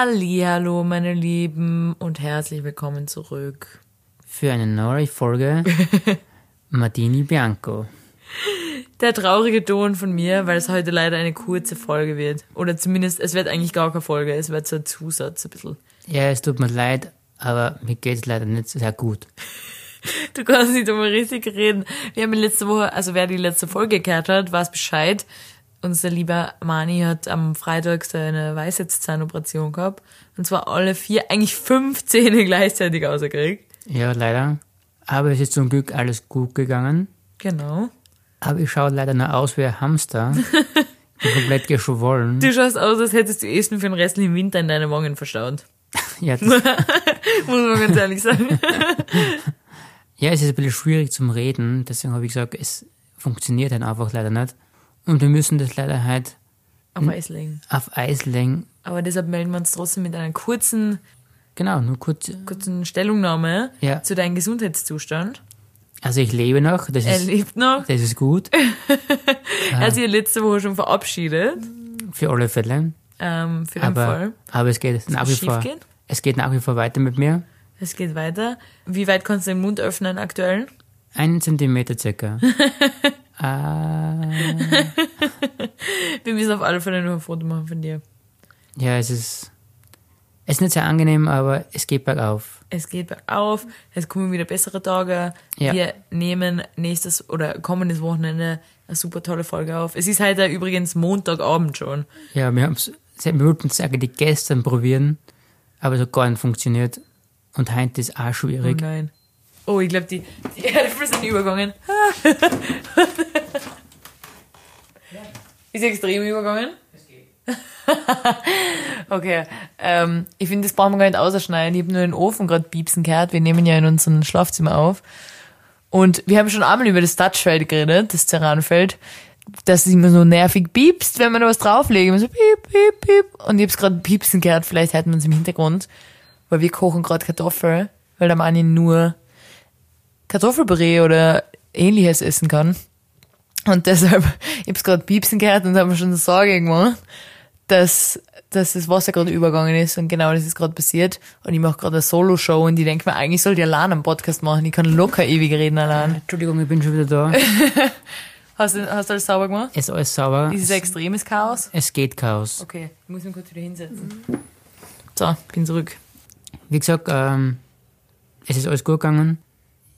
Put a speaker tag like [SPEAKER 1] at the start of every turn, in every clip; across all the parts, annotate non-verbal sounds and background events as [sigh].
[SPEAKER 1] Hallihallo, meine Lieben und herzlich willkommen zurück.
[SPEAKER 2] Für eine neue
[SPEAKER 1] [laughs]
[SPEAKER 2] Folge Martini Bianco.
[SPEAKER 1] Der traurige Ton von mir, weil es heute leider eine kurze Folge wird. Oder zumindest, es wird eigentlich gar keine Folge, es wird so ein Zusatz ein bisschen.
[SPEAKER 2] Ja, es tut mir leid, aber mir geht's leider nicht sehr gut.
[SPEAKER 1] Du kannst nicht einmal richtig reden. Wir haben in letzter Woche, also wer die letzte Folge gehört hat, weiß Bescheid. Unser lieber Mani hat am Freitag seine Weisheitszahnoperation gehabt. Und zwar alle vier, eigentlich fünf Zähne [laughs] gleichzeitig ausgekriegt.
[SPEAKER 2] Ja, leider. Aber es ist zum Glück alles gut gegangen.
[SPEAKER 1] Genau.
[SPEAKER 2] Aber ich schaue leider nur aus wie
[SPEAKER 1] [laughs]
[SPEAKER 2] ein Hamster. bin komplett geschwollen.
[SPEAKER 1] Du schaust aus, als hättest du Essen für den restlichen Winter in deine Wangen verstaut.
[SPEAKER 2] Ja, das,
[SPEAKER 1] Muss man ganz ehrlich [laughs] sagen.
[SPEAKER 2] ja, es ist ein bisschen schwierig zum Reden. Deswegen habe ich gesagt, es funktioniert dann einfach leider nicht. Und wir müssen das leider halt
[SPEAKER 1] Am Eislegen.
[SPEAKER 2] auf Eis legen.
[SPEAKER 1] Aber deshalb melden wir uns trotzdem mit einer kurzen,
[SPEAKER 2] Genau, nur kurz.
[SPEAKER 1] kurzen Stellungnahme
[SPEAKER 2] Ja.
[SPEAKER 1] zu deinem Gesundheitszustand.
[SPEAKER 2] Also ich lebe noch. Das
[SPEAKER 1] Er
[SPEAKER 2] ist, Ah.
[SPEAKER 1] lebt noch.
[SPEAKER 2] das
[SPEAKER 1] [laughs]
[SPEAKER 2] ist gut.
[SPEAKER 1] Er hat sich letzte Woche schon verabschiedet.
[SPEAKER 2] Für alle Fälle.
[SPEAKER 1] Ähm, für den
[SPEAKER 2] Aber,
[SPEAKER 1] Fall.
[SPEAKER 2] aber es geht nach wie
[SPEAKER 1] schief
[SPEAKER 2] vor.
[SPEAKER 1] geht?
[SPEAKER 2] Es geht nach wie vor weiter mit mir.
[SPEAKER 1] Es geht weiter. Wie weit kannst du den Mund öffnen aktuell? [laughs]
[SPEAKER 2] Einen Zentimeter circa. ah,
[SPEAKER 1] Wir müssen auf alle Fälle noch ein Foto machen von dir.
[SPEAKER 2] ja, es ist, es ist nicht sehr angenehm, aber es geht bergauf.
[SPEAKER 1] Es geht bergauf, es kommen wieder bessere Tage.
[SPEAKER 2] Ja.
[SPEAKER 1] Wir nehmen nächstes oder kommendes Wochenende eine super tolle Folge auf. Es ist heute übrigens Montagabend schon.
[SPEAKER 2] Ja, wir haben es, wir wollten es eigentlich gestern probieren, aber es hat gar nicht funktioniert. Und heute ist auch
[SPEAKER 1] Oh
[SPEAKER 2] schwierig.
[SPEAKER 1] nein. Oh, ich glaube, die, die Erde ist in übergangen. ist extrem übergangen. [laughs] okay, ähm, ich finde, das brauchen wir gar nicht ausschneiden. Ich habe nur den Ofen gerade piepsen gehört. Wir nehmen ja in unserem Schlafzimmer auf. Und wir haben schon einmal über das Touchfeld geredet, das Ceranfeld, dass es immer so nervig piepst, wenn man da was drauflegt. Immer so piep, piep, piep. Und ich habe es gerade piepsen gehört, vielleicht hört man es im Hintergrund, weil wir kochen gerade Kartoffeln, weil der Mani nur Kartoffelbrei oder ähnliches essen kann. Und deshalb, ich habe es gerade piepsen gehört und habe mir schon Sorge irgendwann, dass, dass das Wasser gerade übergegangen ist und genau das ist gerade passiert. Und ich mache gerade eine Solo-Show und ich denke mir, eigentlich sollte ich allein einen Podcast machen. Ich kann locker ewig reden allein.
[SPEAKER 2] Entschuldigung, ich bin schon wieder da.
[SPEAKER 1] Hast du, hast du alles sauber gemacht?
[SPEAKER 2] Es ist alles sauber.
[SPEAKER 1] Ist es ein extremes Chaos?
[SPEAKER 2] Es geht Chaos.
[SPEAKER 1] Okay, ich muss mich kurz wieder hinsetzen. So, bin zurück.
[SPEAKER 2] Wie gesagt, ähm, es ist alles gut gegangen.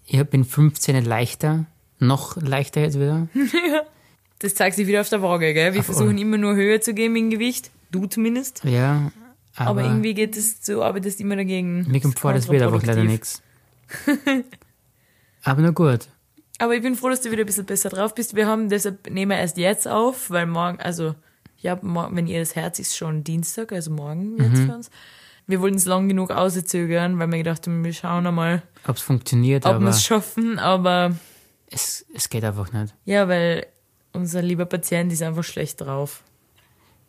[SPEAKER 2] Ich bin 15 leichter. Noch leichter jetzt wieder.
[SPEAKER 1] Das zeigt sich wieder auf der Waage, gell? Wir
[SPEAKER 2] Auf
[SPEAKER 1] versuchen
[SPEAKER 2] Ohren.
[SPEAKER 1] immer nur höher zu gehen im Gewicht. Du zumindest.
[SPEAKER 2] Ja,
[SPEAKER 1] Aber,
[SPEAKER 2] aber,
[SPEAKER 1] irgendwie geht es, du arbeitest immer dagegen.
[SPEAKER 2] Mir kommt
[SPEAKER 1] Das
[SPEAKER 2] vor,
[SPEAKER 1] ist
[SPEAKER 2] das wird einfach leider
[SPEAKER 1] kontraproduktiv.
[SPEAKER 2] nichts. [laughs] Aber na gut.
[SPEAKER 1] Aber ich bin froh, dass du wieder ein bisschen besser drauf bist. Wir haben, deshalb nehmen wir erst jetzt auf, weil morgen, also, ja, morgen, wenn ihr das Herz ist schon Dienstag, also morgen jetzt
[SPEAKER 2] Mhm.
[SPEAKER 1] für uns. Wir wollten es lang genug auszögern, weil wir gedacht haben, wir schauen einmal,
[SPEAKER 2] Ob es funktioniert,
[SPEAKER 1] ob wir
[SPEAKER 2] aber
[SPEAKER 1] es schaffen, aber
[SPEAKER 2] es, es geht einfach nicht.
[SPEAKER 1] ja, weil unser lieber Patient ist einfach schlecht drauf.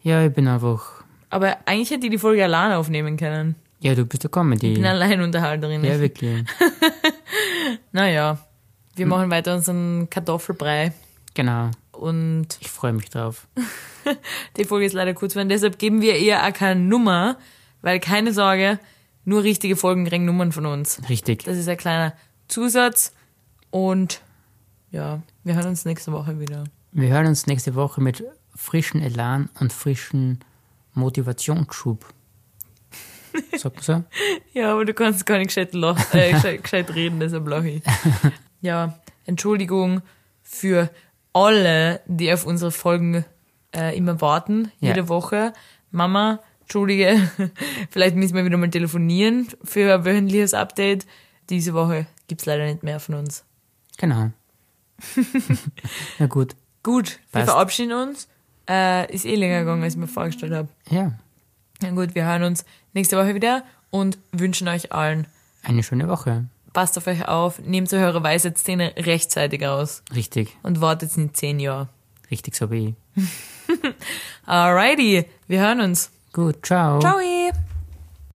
[SPEAKER 2] Ja, ich bin einfach.
[SPEAKER 1] Aber eigentlich hätte ich die Folge allein aufnehmen können.
[SPEAKER 2] Ja, du bist der Comedy.
[SPEAKER 1] Ich bin Alleinunterhalterin.
[SPEAKER 2] ja,
[SPEAKER 1] Ja,
[SPEAKER 2] wirklich.
[SPEAKER 1] [laughs] naja, wir machen weiter unseren Kartoffelbrei
[SPEAKER 2] Genau.
[SPEAKER 1] und
[SPEAKER 2] Ich freue mich drauf.
[SPEAKER 1] Die Folge ist leider kurz, weil deshalb geben wir ihr auch keine Nummer, weil keine Sorge, nur richtige Folgen kriegen Nummern von uns.
[SPEAKER 2] Richtig.
[SPEAKER 1] Das ist ein kleiner Zusatz und ja, wir hören uns nächste Woche wieder.
[SPEAKER 2] Wir hören uns nächste Woche mit frischen Elan und frischen
[SPEAKER 1] [laughs]
[SPEAKER 2] Motivationsschub. Sagt man so?
[SPEAKER 1] Ja, aber du kannst gar nicht gescheit, lachen,
[SPEAKER 2] [laughs]
[SPEAKER 1] äh, gescheit, gescheit reden, deshalb lache ich. Ja, Entschuldigung für alle, die auf unsere Folgen äh, immer warten,
[SPEAKER 2] Ja.
[SPEAKER 1] jede Woche. Mama, Entschuldige, [laughs] vielleicht müssen wir wieder mal telefonieren für ein wöchentliches Update. Diese Woche gibt's leider nicht mehr von uns.
[SPEAKER 2] Genau. [laughs] na gut.
[SPEAKER 1] Gut, wir
[SPEAKER 2] Passt.
[SPEAKER 1] verabschieden uns. Äh, ist eh länger gegangen, als ich mir vorgestellt habe.
[SPEAKER 2] Ja.
[SPEAKER 1] Na gut, wir hören uns nächste Woche wieder und wünschen euch allen
[SPEAKER 2] Eine schöne Woche.
[SPEAKER 1] passt auf euch auf, nehmt eure Weisheitszähne rechtzeitig aus
[SPEAKER 2] Richtig.
[SPEAKER 1] und wartet nicht zehn Jahre.
[SPEAKER 2] Richtig, so wie ich.
[SPEAKER 1] Alrighty, wir hören uns.
[SPEAKER 2] Gut, ciao.
[SPEAKER 1] Ciao!